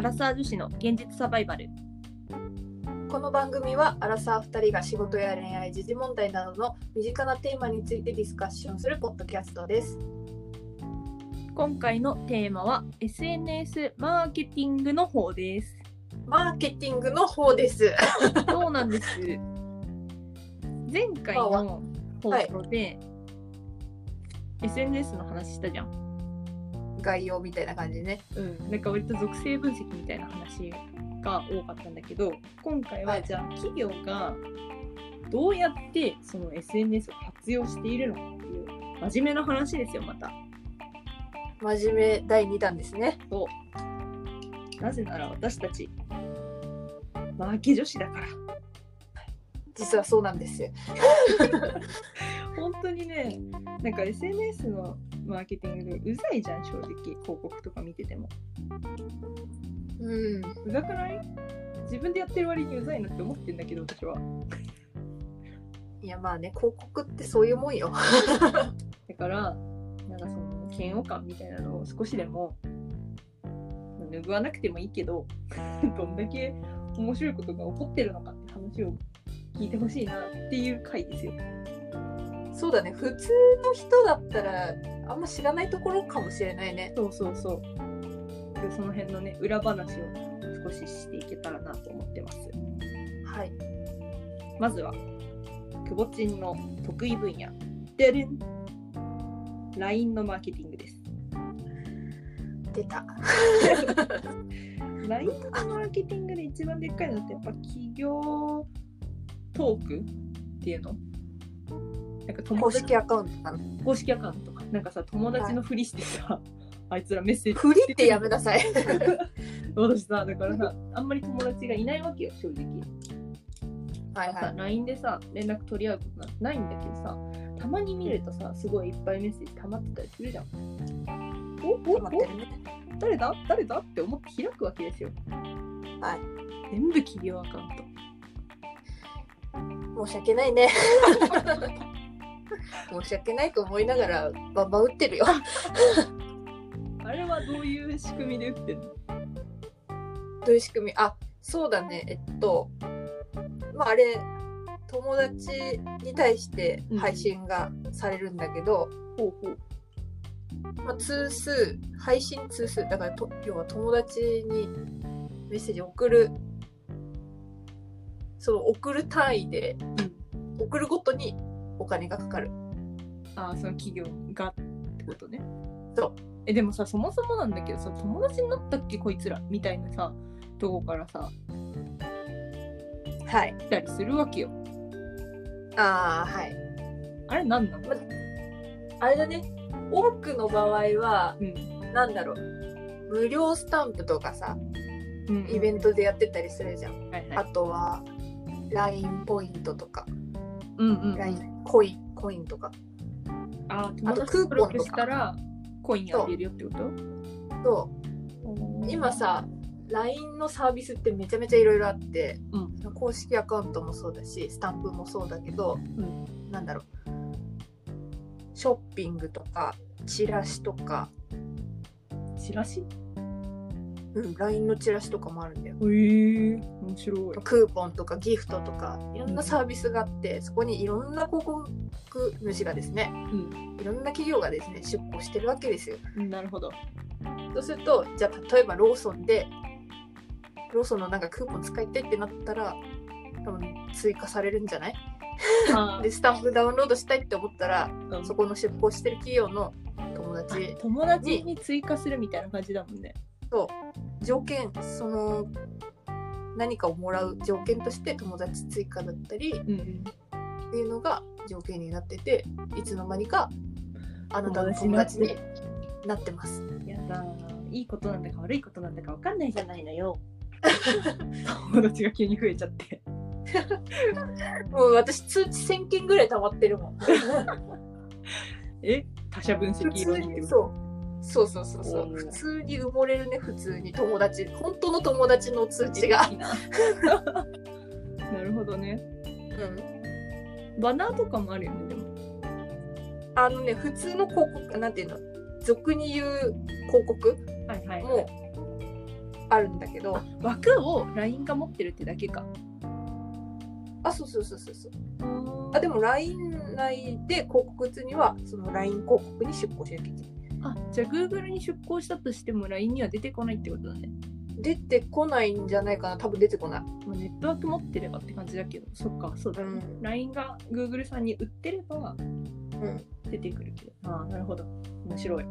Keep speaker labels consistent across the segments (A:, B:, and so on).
A: ラサー女子の現実サバイバル
B: この番組はアラサー2人が仕事や恋愛時事問題などの身近なテーマについてディスカッションするポッドキャストです
A: 今回のテーマは SNS マーケティングの方です
B: マーケティングの方です
A: そうなんです前回の放送で、SNS の話したじゃん
B: 概要みたいな感じね
A: うん、なんか割と属性分析みたいな話が多かったんだけど今回は
B: はい
A: じゃあ企業がどうやってその SNS を活用しているのかっていう真面目な話ですよまた。
B: 真面目第2弾ですね
A: なぜなら私たちマーケ女子だから
B: 実はそうなんですよ
A: 本当にねなんか SNS のマーケティングうざいじゃん正直広告とか見てても
B: うん
A: うざくない自分でやってる割にうざいなって思ってんだけど私はい
B: やまあね広告ってそういうもんよ
A: だからなんかその嫌悪感みたいなのを少しでも拭わなくてもいいけど どんだけ面白いことが起こってるのかって話を聞いてほしいなっていう回ですよ。
B: そうだね普通の人だったらあんま知らないところかもしれないね
A: そうそうそう。でその辺のね裏話を少ししていけたらなと思ってます。
B: はい
A: まずはくぼちんの得意分野でるん LINE のマーケティングです。
B: 出た
A: LINE のマーケティングで一番でっかいのってやっぱ企業トークっていうのなんか友
B: 公
A: 達
B: 式アカウントかな
A: 公式アカウントとかなんかさ友達のふりしてさ、あいつらメッセージ
B: フリってやめなさい
A: 私さだからさあんまり友達がいないわけよ正直
B: はいは
A: さ
B: い
A: LINE でさ連絡取り合うことなんてないんだけどさたまに見るとさすごいいっぱいメッセージ溜まってたりするじゃんおお
B: 待って
A: お
B: るね
A: 誰だ誰だって思って開くわけですよ
B: はい
A: 全部企業アカウント
B: 申し訳ないね 申し訳ないと思いながらバンバン打ってるよ
A: あれはどういう仕組みで打ってるの
B: どういう仕組みあそうだねえっとまああれ友達に対して配信がされるんだけど、
A: ほうほう
B: まあ、通数配信通数だからと要は友達にメッセージ送るその送る単位で送るごとにお金がかかる
A: ああその企業がってことね
B: そう
A: えでもさそもそもなんだけどさ友達になったっけこいつらみたいなさとこからさ
B: はい
A: 来たりするわけよ
B: ああはい
A: あれ何なの
B: まあれだね多くの場合は
A: うん、
B: なんだろう無料スタンプとかさ
A: うん、
B: イベントでやってたりするじゃん、
A: はいは
B: あ
A: い
B: とは LINE ポイントとか、
A: うんうん、
B: LINE コインコインとか
A: あー
B: あ
A: 友
B: と
A: 達
B: クー
A: 登
B: ポンと
A: 録
B: か
A: したらコインあげるよってこと
B: と
A: おー
B: 今さ LINE のサービスってめちゃめちゃいろいろあって、
A: うん
B: その公式アカウントもそうだしスタンプもそうだけど、
A: ん
B: なんだろうショッピングとかチラシとか、
A: チラシへ
B: うん、LINE のチラシとかもあるんだよ
A: えー、面白い
B: クーポンとかギフトとかいろんなサービスがあってそこにいろんな広告主がですね
A: う
B: いろんな企業がですね出向してるわけですよ
A: んなるほど
B: そうするとじゃあ例えばローソンでローソンのなんかクーポン使いたいってなったら多分追加されるんじゃない
A: あ
B: でスタンプダウンロードしたいって思ったら
A: ーうん
B: そこの出向してる企業の友達
A: あ友達に追加するみたいな感じだもんね
B: と条件その何かをもらう条件として友達追加だったりっ
A: うんうん
B: ていうのが条件になってていつの間にかあなたの友
A: 友達
B: 達
A: に
B: になってます。
A: やだーいいことなんだか悪いことなんだか分かんないじゃないのよ友達が急に増えちゃって
B: もう私通知1000件ぐらい溜まってるもん。
A: え他者分析
B: 普
A: 用
B: 通
A: にって
B: に
A: こ
B: そう。そうそうそうそ
A: お
B: う
A: ー
B: 普通に埋もれるね普通に友達本当の友達の通
A: と
B: 知が、
A: いいなな るほどね
B: うん、
A: バナーとかもあるよねでも
B: あのね普通の広告なんていうの俗に言う広告
A: はいはい
B: もうあるんだけど
A: 枠を LINE が持ってるってだけか。
B: あそうそうそうそうそうあでも LINE 内で広告打つにはその LINE 広告に出稿しなきゃいけない
A: あじゃあ Google に出向したとしても LINE には出てこないってことだね。
B: 出てこないんじゃないかな多分出てこない
A: まあ、ネットワーク持ってればって感じだけどそっかそうだ、ね
B: うん
A: LINE が Google さんに売ってれば
B: うん
A: 出てくるけどああなるほど面白い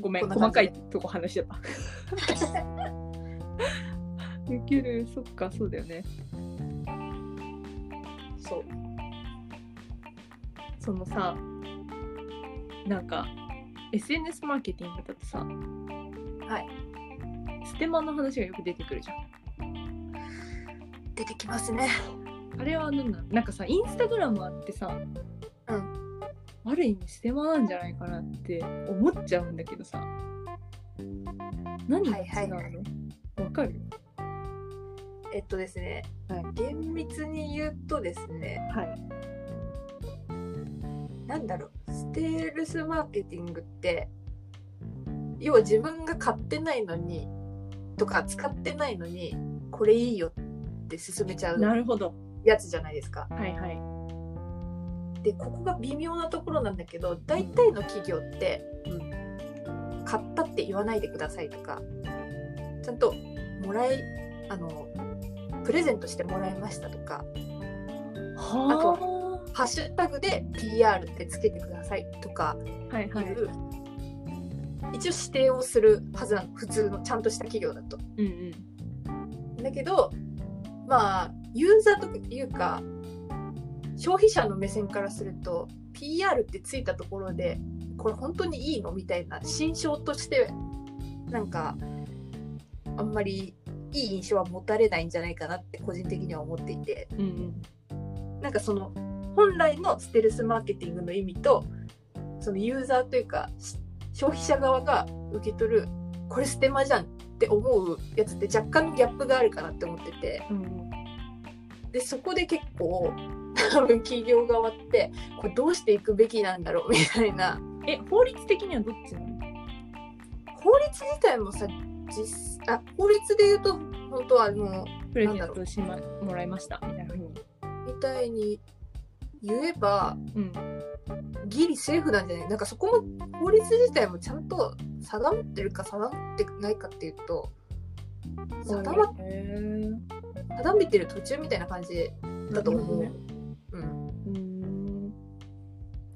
A: ごめん
B: こんな
A: 細
B: 感
A: か
B: じ
A: いとこ話しちゃったできるそっかそうだよね
B: そう
A: そのさなんか SNS マーケティングだとさはいステマの話がよく出てくるじゃん
B: 出てきますね
A: あれはなんだなんかさインスタグラムあってさ、うん、ある意味ステマなんじゃないかなって思っちゃうんだけどさ何が違う
B: はい
A: のわ、
B: はい
A: かる
B: えっとですね、
A: はい
B: 厳密に言うとですね
A: はい
B: なんだろうステールスマーケティングって要は自分が買ってないのにとか使ってないのにこれいいよって勧めちゃ
A: な
B: う
A: るほど
B: やつじゃないですか。
A: はいはい
B: でここが微妙なところなんだけど大体の企業って、買ったって言わないでくださいとかちゃんともらいあのプレゼントしてもらいましたとか
A: は
B: ハッシュタグで PR ってつけてくださいとか
A: あはい
B: い、
A: はいう
B: 一応指定をするはずなの普通のちゃんとした企業だと。
A: うんうん
B: だけどまあユーザーというか消費者の目線からすると PR ってついたところでこれ本当にいいのみたいな心象としてなんかあんまりいい印象は持たれないんじゃないかなって個人的には思っていて。
A: うんうん
B: なんかその本来のステルスマーケティングの意味とそのユーザーというかし消費者側が受け取るこれステマじゃんって思うやつって若干のギャップがあるかなって思ってて
A: うん
B: でそこで結構多分企業側ってこれどうしていくべきなんだろうみたいな
A: え法律的にはどっちなの
B: 法律自体もさ実あ法律で言うと本当はあの
A: プレゼントしまもらいましたみたいなふうに
B: みたいに言えば
A: うん
B: ギリセーフなんじゃないなんかそこも法律自体もちゃんと定まってるか定まってないかっていうと定ま
A: へえ
B: 定めてる途中みたいな感じだと思う、
A: なる
B: うん、
A: うーん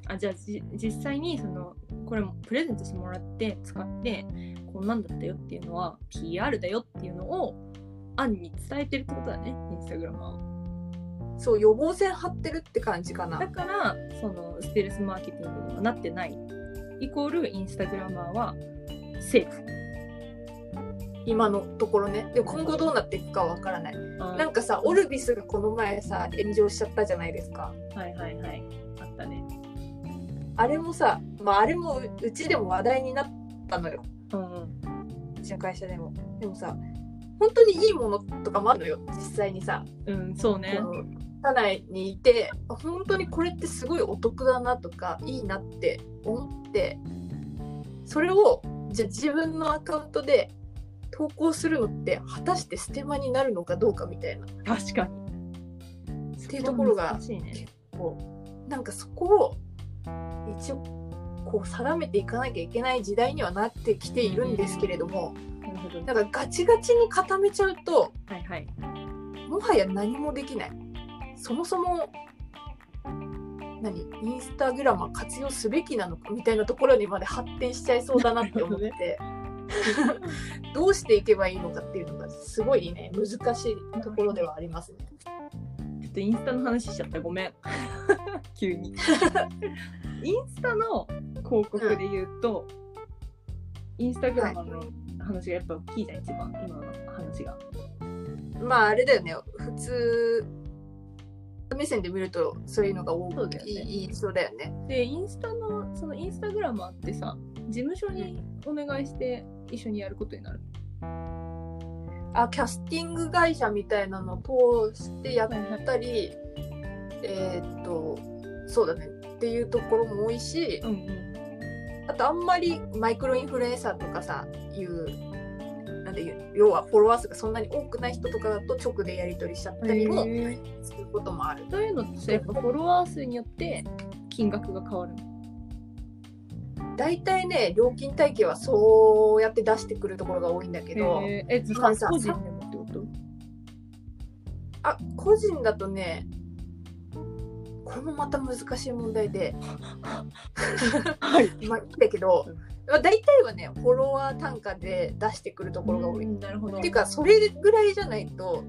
A: あじゃあじ実際にそのこれもプレゼントしてもらって使ってこんなんだったよっていうのは PR だよっていうのを案に伝えてるってことだねインスタグラムは
B: そう予防線張ってるって感じかな
A: だからそのステルスマーケティングにはなってないイコールインスタグラマーはセーフ
B: 今のところねでも今後どうなっていくかはわからないな
A: なん
B: かさオルビスがこの前さ炎上しちゃったじゃないですか
A: はいはいはいあったね
B: あれもさまああれもううちでも話題になったのよ
A: うんうん
B: うちの会社でもでもさ本当にいいものとかもあるのよ実際にさ
A: うん、そうね
B: この社内にいてあ本当にこれってすごいお得だなとかいいなって思ってそれをじゃあ自分のアカウントで投稿するのって果たしてステマになるのかどうかみたいな
A: 確かにって
B: いうところが
A: 難しいね
B: こうなんかそこを一応こう定めていかなきゃいけない時代にはなってきているんですけれども
A: なるほど
B: なんかガチガチに固めちゃうと
A: はい はい
B: もはや何もできないそもそも何インスタグラマー活用すべきなのかみたいなところにまで発展しちゃいそうだなって思ってどうしていけばいいのかっていうのがすごいね難しいところではありますね
A: ちょっとインスタの話しちゃったごめん 急 にインスタの広告で言うと、インスタグラマーの話がやっぱ大きいじゃん一番今の話が
B: まああれだよね普通目線で見るとそういうのが多
A: そう
B: く
A: だ
B: て
A: よね
B: いい印象だよね
A: でインスタのそのインスタグラマーってさ事務所にお願いして一緒にやることになる
B: あキャスティング会社みたいなのを通してやっ
A: はいは
B: ったり、えーっとそうだねっていうところも多いし
A: うんうん
B: あとあんまりマイクロインフルエンサーとかさいうなんていう要はフォロワー数がそんなに多くない人とかだと直でやり取りしちゃったりも
A: へ
B: することもある。
A: そういうのってやっぱフォロワー数によって金額が変わるの
B: 大体ね料金体系はそうやって出してくるところが多いんだけど、
A: へーえずっ
B: 今さ
A: 個人でもってこと
B: あ個人だとねこれもまた難しい問題で、
A: はい
B: まあ、いいんだけど
A: うん、
B: まあ、大体はねフォロワー単価で出してくるところが多い。
A: なるほど
B: っていうかそれぐらいじゃないと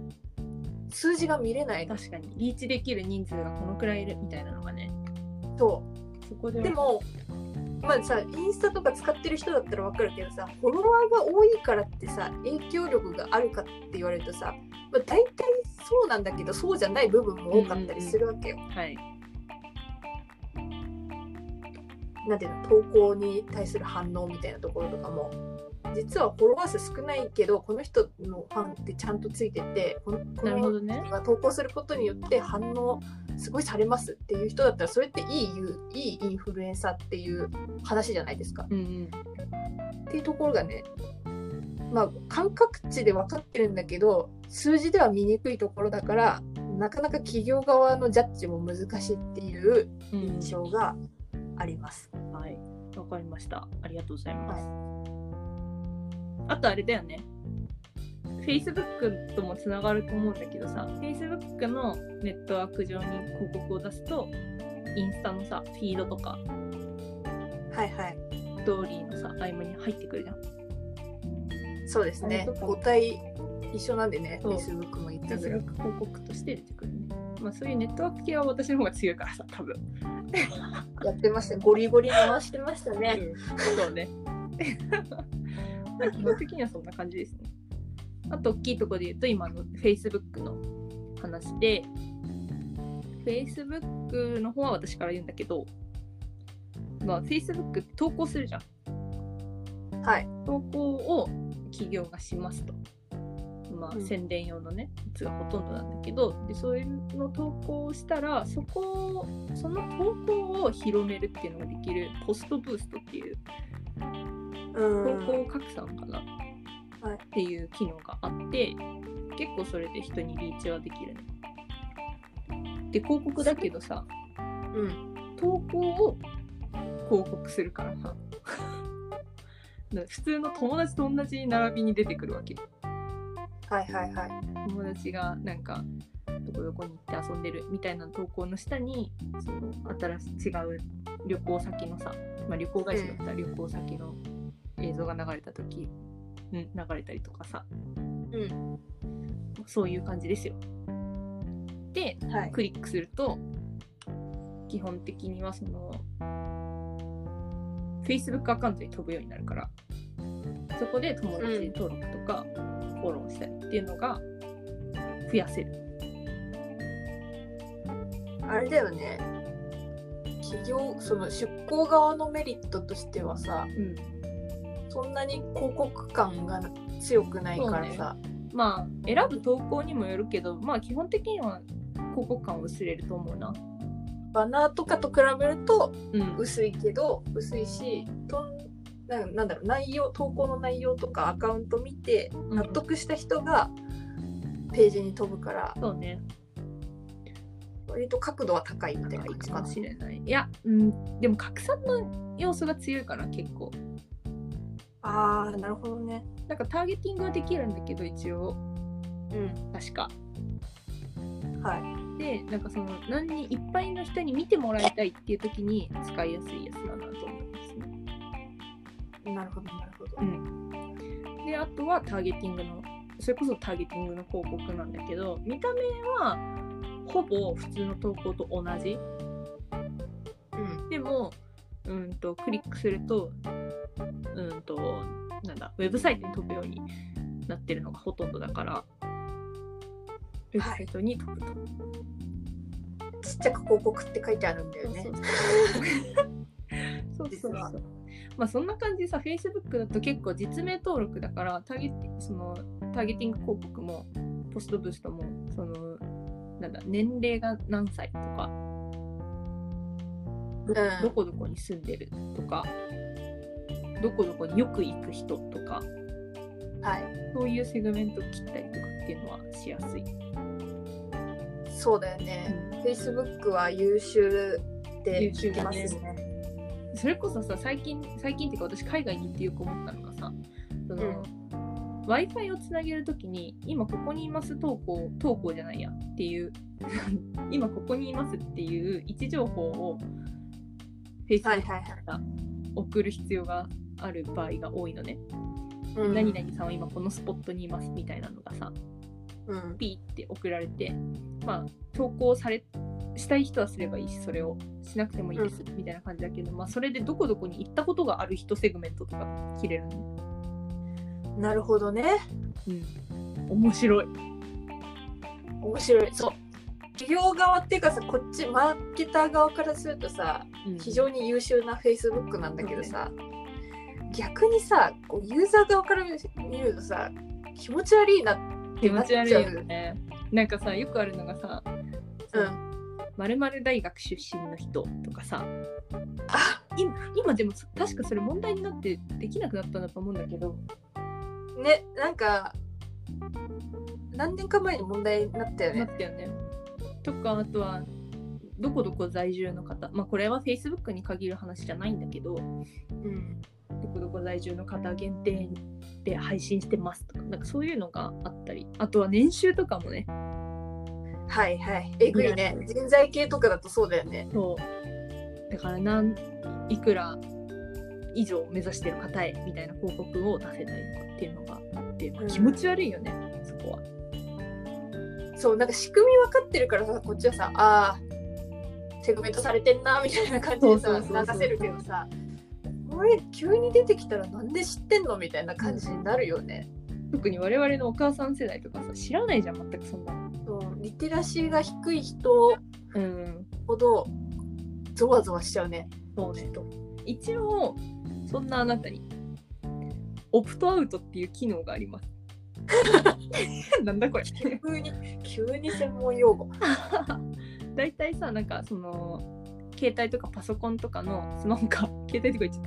B: 数字が見れない
A: 確かにリーチできる人数がこのくらいいるみたいなのがね
B: と
A: そこでは
B: でもまあさインスタとか使ってる人だったらわかるけどさフォロワーが多いからってさ影響力があるかって言われるとさ、まあ、大体そうなんだけどそうじゃない部分も多かったりするわけよ。
A: はい
B: なんていうの投稿に対する反応みたいなところとかも実はフォロワー数少ないけどこの人のファンってちゃんとついててこのこ
A: なる
B: の
A: ほどね
B: が投稿することによって反応すごいされますっていう人だったらそれっていいユーいいインフルエンサーっていう話じゃないですか。
A: うんうん
B: っていうところがねまあ感覚値で分かってるんだけど数字では見にくいところだからなかなか企業側のジャッジも難しいっていう
A: うんうん
B: 印象があります。
A: はい、わかりました。ありがとうございます。
B: は
A: あとあれだよね。Facebook ともつながると思うんだけどさ、Facebook のネットワーク上に広告を出すと、インスタのさ、フィードとか、
B: はいはい
A: ストーリーのさ、合間に入ってくるじゃん。
B: そうです
A: あれ
B: ね
A: とか
B: 個体一緒なんでね
A: そう
B: Facebook も Instagram
A: Facebook 広告として出てくるね。まあそういうネットワーク系は私の方が強いからさ、多分。
B: やってましたねゴリゴリ回してましたね。
A: そう ね。まあ基本的にはそんな感じですね。あと大きいところで言うと今の Facebook の話で Facebook の方は私から言うんだけど、まあ、Facebook って投稿するじゃん。
B: はい
A: 投稿を企業がしますと。ま
B: う
A: あ、
B: ん
A: 宣伝用のね、やつがほとんどなんだけど、で、そういうの投稿をしたら、そこを、その投稿を広めるっていうのができる、ポストブーストっていう
B: う
A: 投
B: ん
A: 稿拡散かな、
B: はい
A: っていう機能があって結構それで人にリーチはできるね。で広告だけどさ
B: うん
A: 投稿を広告するからさ 普通の友達と同じ並びに出てくるわけ
B: はいはいはい
A: 友達がなんかどこどこに行って遊んでるみたいな投稿の下にその新しい違う旅行先のさ、まあ、旅行会社だったら旅行先の映像が流れた時、うん、流れたりとかさ
B: うん
A: そういう感じですよ。で
B: はい
A: クリックすると基本的にはその Facebook アカウントに飛ぶようになるからそこで友達登録とかフォローしたりっていうのが増やせる。
B: あれだよね企業その出向側のメリットとしてはさ
A: うん
B: そんなに広告感が強くないからさ、
A: まあ選ぶ投稿にもよるけどまあ基本的には広告感は薄れると思うな。
B: バナーとかと比べると
A: うん
B: 薄いけど薄いしとななんだろう内容投稿の内容とかアカウント見て納得した人がページに飛ぶから
A: そうね。
B: 割と角度は高いみたいな
A: 高
B: 感
A: い
B: じ
A: か
B: か
A: も
B: な。
A: しれない。いや、うん、でも拡散の要素が強いから結構。
B: あーなるほどね。
A: なんかターゲティングはできるんだけど一応
B: うん
A: 確か。
B: はい、
A: でなんかその何にいっぱいの人に見てもらいたいっていう時に使いやすいやつだなと思いますね。
B: なるほどなるほど。
A: であとはターゲティングのそれこそターゲティングの広告なんだけど見た目はほぼ普通の投稿と同じ
B: うん
A: でもうんとクリックするとうんとなんだウェブサイトに飛ぶようになってるのがほとんどだからウェブサイトに飛ぶと。
B: ちっちゃく広告って書いてある んだよね。
A: そうそうそう
B: 実は
A: まあそんな感じでさ Facebook だと結構実名登録だからターゲティそのターゲティング広告もポストブーストもそのなんだ年齢が何歳とかど,、
B: うん
A: こどこに住んでるとかどこどこによく行く人とか
B: はい
A: そういうセグメントを切ったりとかっていうのはしやすい。
B: そうだよね Facebook は優秀って聞きます
A: 優秀
B: ね
A: それこそさ最近最近っていうか私海外に行ってよく思ったのがさその、
B: う
A: w i f i をつなげるときに今ここにいます投稿投稿じゃないやっていう 今ここにいますっていう位置情報を
B: はい
A: Facebook
B: はいはい、
A: から送る必要がある場合が多いのね、
B: うん、
A: 何々さんは今このスポットにいますみたいなのがさ
B: うん
A: ピーって送られてまあ投稿されしたい人はすればいいしそれをしなくてもいいですみたいな感じだけど、まあそれでどこどこに行ったことがある人セグメントとか切れるの、
B: なるほどね
A: うん、面白い
B: 面白いそう企業側っていうかさこっちマーケター側からするとさ非常に優秀な Facebook なんだけどさ、逆にさこうユーザー側から見る見るとさ気持ち悪いなって
A: 気
B: な
A: 持
B: っち
A: ち
B: ゃう
A: 悪いよねなんかさよくあるのがさ
B: うん
A: まるまる大学出身の人とかさ
B: あ
A: 今今でも確かそれ問題になってできなくなったんだと思うんだけど
B: ねなんか何年か前に問題になったよ
A: なっ
B: ね、
A: たよね。とかあとはどこどこ在住の方まあこれは Facebook に限る話じゃないんだけどど
B: うん、
A: こどこ在住の方限定で配信してますとかなんかそういうのがあったりあとは年収とかもね
B: はいはいえぐいね人材系とかだとそうだよね
A: そうだからなんいくら以上目指してる方へみたいな広告を出せたりとかっていうのがあって、まあ
B: うん
A: 気持ち悪いよね、そこは。
B: そうなんか仕組み分かってるからさこっちはさあーセグメントされてんなみたいな感じで
A: そう
B: さ
A: そうそうそう
B: 流せるけどさこれ急に出てきたらなんで知ってんのみたいな感じになるよね、
A: 特に我々のお母さん世代とかさ知らないじゃん全くそんなの。
B: そうリテラシーが低い人
A: うん
B: ほどゾワゾワしちゃうね
A: そうねと一応そんなあなたにオプトアウトっていう機能があります なんだこれ
B: 急に急に専門用語
A: だいたいさなんかその携帯とかパソコンとかのスマホか携帯とか言っちゃ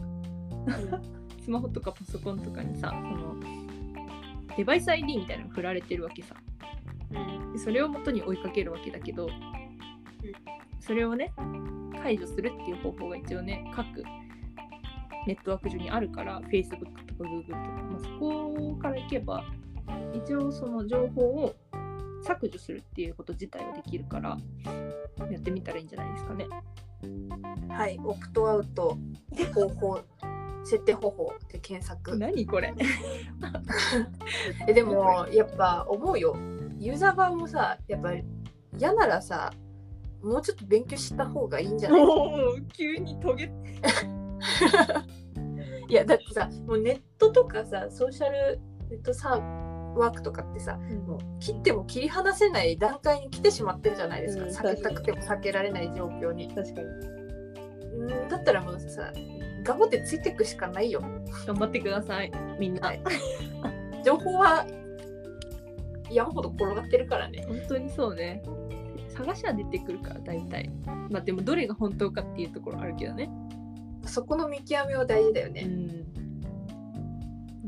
A: っ
B: う
A: たスマホとかパソコンとかにさそのデバイス ID みたいなの振られてるわけさ
B: ん
A: でそれを元に追いかけるわけだけど、それをね解除するっていう方法が一応ね各ネットワーク上にあるから Facebook とか Google とか、まあ、そこからいけば一応その情報を削除するっていうこと自体はできるからやってみたらいいんじゃないですかね。
B: はいオプトアウト方法設定方法で検索
A: 何これ
B: えでもやっぱ思うよユーザー側もさやっぱ嫌ならさもうちょっと勉強した方がいいんじゃない
A: おー急にトゲ
B: いやだってさもうネットとかさソーシャルネットサーワークとかってさもう切っても切り離せない段階に来てしまってるじゃないですか、
A: うん
B: 避けたくても避けられない状況に
A: 確かに
B: うんだったらもうさ頑張ってついていくしかないよ
A: 頑張ってくださいみんな、
B: はい情報は山ほど転がってるからね
A: 本当にそうね探しは出てくるから大体まあでもどれが本当かっていうところあるけどね
B: そこの見極めは大事だよね、
A: ん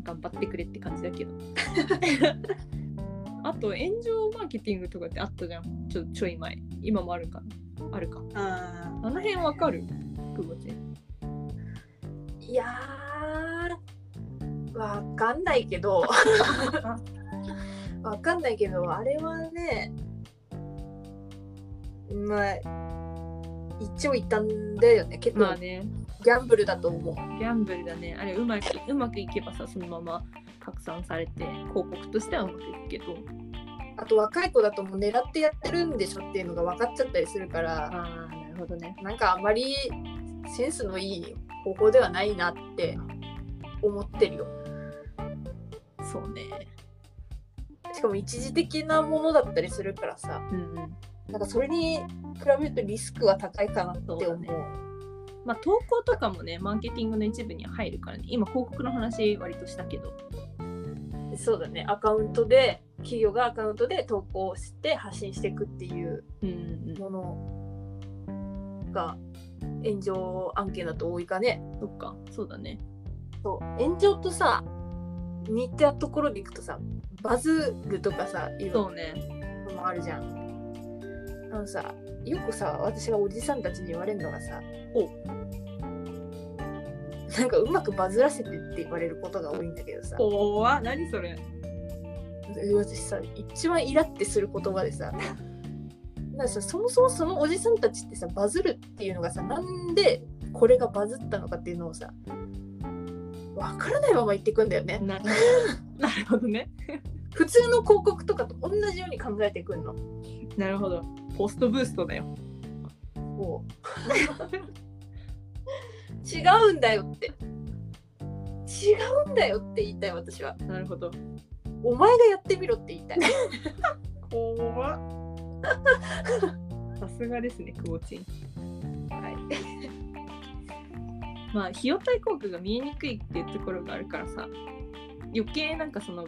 A: 頑張ってくれって感じだけ どあと炎上マーケティングとかってあったじゃんちょちょい前今もあるかなあるか
B: あ
A: あの辺わかる久保ちゃん
B: いやーわかんないけど わかんないけどあれはねまあ一応いたんだよねけど、
A: まあね
B: ギャンブルだと思う
A: ギャンブルだねあれうまくうまくいけばさそのまま拡散されて広告としてはうまくいくけど
B: あと若い子だともう狙ってやってるんでしょっていうのが分かっちゃったりするから
A: ああなるほどね
B: なんかあまりセンスのいい方法ではないなって思ってるよ
A: そうね
B: しかも一時的なものだったりするからさ
A: うんうん
B: なんかそれに比べるとリスクは高いかなって思。
A: そううだねまあ、投稿とかもね、マーケティングの一部には入るからね、今、広告の話、割としたけど、
B: そうだね。アカウントで、企業がアカウントで投稿して発信していくっていう
A: うんうん、
B: ものが炎上案件だと多いかね。
A: そっか、そうだね。
B: そう炎上とさ似たところでいくとさバズるとかさいう
A: そ
B: の
A: うね
B: もあるじゃん。あのさよくさ私がおじさんたちに言われるのがさ
A: お
B: なんかうまくバズらせてって言われることが多いんだけどさ
A: 怖っ何それ
B: 私さ一番イラってする言葉でさだからさそもそもそのおじさんたちってさバズるっていうのがさなんでこれがバズったのかっていうのをさわからないまま言ってくんだよね
A: なるほどなるほどね
B: 普通の広告とかと同じように考えてくんの
A: なるほどポストブーストだよ
B: こう違うんだよって違うんだよって言いたい私は
A: なるほど
B: お前がやってみろって言いたい
A: 怖っさすがですねクボチン
B: はい
A: まあ費用対効果が見えにくいっていうところがあるからさ余計なんかその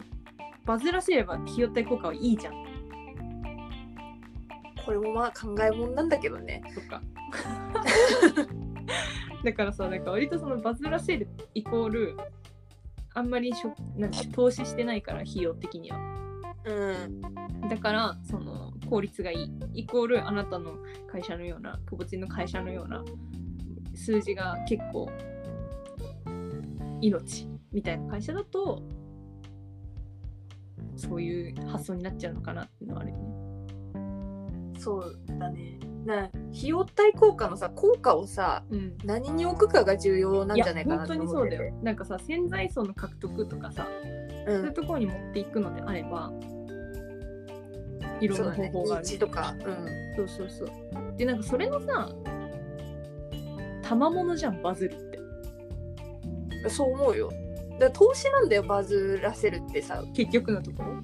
A: バズらせれば費用対効果はいいじゃん
B: これもまあ考えもんなんだけどね
A: とか だからさなんか割とそのバズらせるイコールあんまりしょなんか投資してないから費用的には
B: うん
A: だからその効率がいいイコールあなたの会社のようなくぼちんの会社のような数字が結構命みたいな会社だとそういう発想になっちゃうのかなっていうのはあるよね。
B: そうだねな費用対効果のさ効果をさ
A: うん
B: 何に置くかが重要なんじゃないかなと
A: や本当
B: 思
A: に
B: って
A: そうだ
B: て
A: よなんかさ潜在層の獲得とかさ
B: う
A: そういうんところに持っていくのであれば、いろん
B: そう
A: な
B: だ
A: 方
B: ね
A: 法がある。
B: 日とか、うん、
A: そうそうそう。で、なんかそれのさ、賜物じゃん、バズるって。
B: そう思うよだから投資なんだよバズらせるってさ
A: 結局のところ。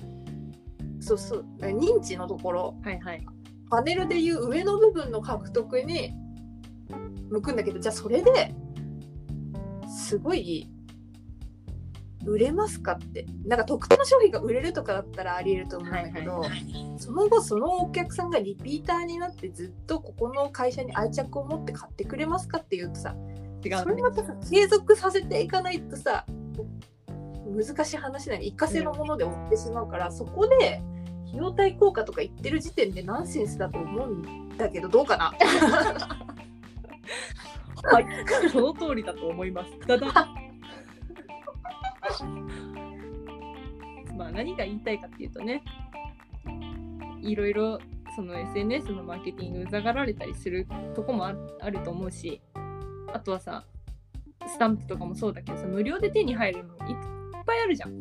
B: そうそうだから認知のところ
A: はいはい。
B: パネルでいう上の部分の獲得に向くんだけどじゃあそれですごい売れますかってなんか特定の商品が売れるとかだったらありえると思うんだけど、その後そのお客さんがリピーターになってずっとここの会社に愛着を持って買ってくれますかっていうとさ
A: 違
B: そうれ
A: ね。
B: またさ継続させていかないとさ難しい話なの一過性のもので追ってしまうから、そこで費用対効果とか言ってる時点でナンセンスだと思うんだけどどうか な
A: はい。 その通りだと思います。ただ。まあ、何が言いたいかっていうとね。いろいろ。その SNS のマーケティングうざがられたりするとこもああると思うしあとはさスタンプとかもそうだけどさ無料で手に入るのいっぱいあるじゃん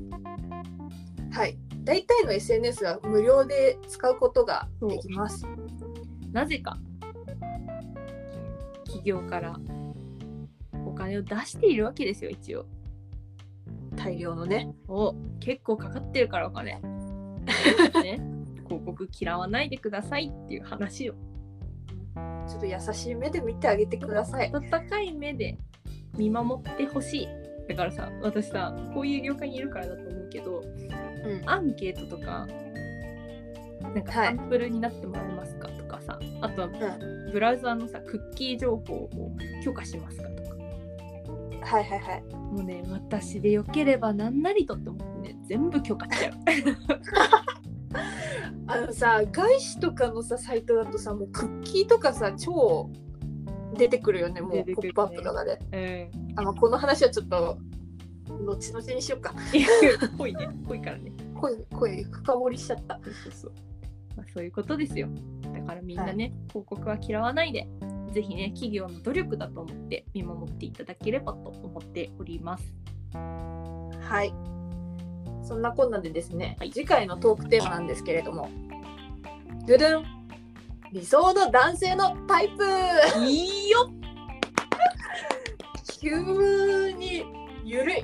B: はい大体の SNS は無料で使うことができます
A: なぜか企業からお金を出しているわけですよ一応
B: 大量のね
A: お結構かかってるからお金ね 広告嫌わないでくださいっていう話を
B: ちょっと優しい目で見てあげてください
A: 温かい目で見守ってほしいだからさ私さこういう業界にいるからだと思うけど、
B: うん
A: アンケートとかなんか
B: は
A: サ
B: い
A: ンプルになってもらえますかとかさ、あとはブラウザーのさクッキー情報を許可しますかとか
B: はいはいはい
A: もうね私でよければ何なりとって思ってね全部許可しちゃう
B: あのさ外資とかのさサイトだとさもうクッキーとかさ超出てくるよねも
A: 出
B: う
A: て
B: 「ポ
A: くるね
B: ップアップとかで。
A: うん
B: あまあこの話はちょっと後々にしようか
A: いや濃いね濃いからね
B: 声声深掘りしちゃった
A: そうそうそう、まあ、そういうことですよだからみんなね、広告は嫌わないでぜひね企業の努力だと思って見守っていただければと思っております
B: はいそんなこんなでですね、
A: はい
B: 次回のトークテーマなんですけれどもドゥドゥン理想の男性のタイプ
A: いいよ
B: 急にゆるい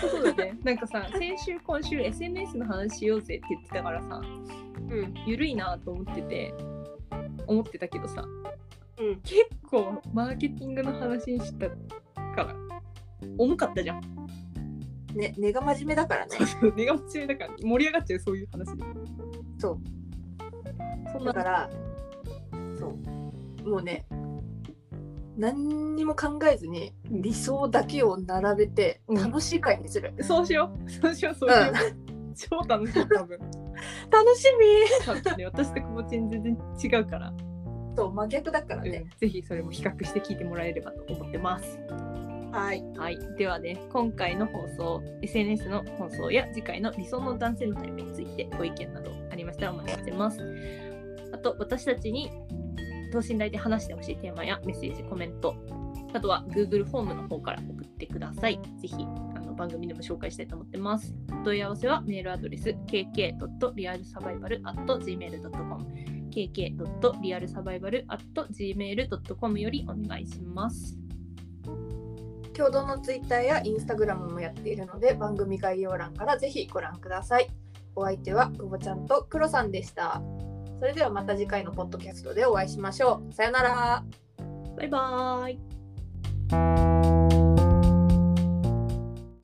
A: そうだねなんかさ先週今週 SNS の話しようぜって言ってたからさ
B: うん
A: ゆるいなと思ってて思ってたけどさ
B: うん
A: 結構マーケティングの話にしたから重かったじゃん
B: ね根が真面目だからね
A: 根が強いだから盛り上がっちゃうそういう話で
B: そう
A: そん
B: だ
A: な
B: からそうもうね何にも考えずに理想だけを並べて
A: うん
B: 楽しい会にする、
A: そうしよう。そうしよう、そうしよう。超楽しい、多分。
B: 楽し
A: 多分ね、私と友達に全然違うから、
B: みと真逆だから
A: うん、
B: ね、
A: ぜひそれも比較して聞いてもらえればと思ってます。
B: はい
A: はい、ではね、今回の放送、SNS の放送や次回の理想の男性のタイプについてご意見などありましたらお待ちしてます。あと、私たちに等身大で話してほしいテーマやメッセージ、コメント、あとは Google フォームの方から送ってください。ぜひあの番組でも紹介したいと思ってます。お問い合わせはメールアドレス kk.realsurvival.gmail.com kk.realsurvival.gmail.com よりお願いします。
B: 共同のツイッターやインスタグラムもやっているので番組概要欄からぜひご覧くださいお相手は久保ちゃんとクロさんでしたそれではまた次回のポッドキャストでお会いしましょうさよなら
A: バイバーイ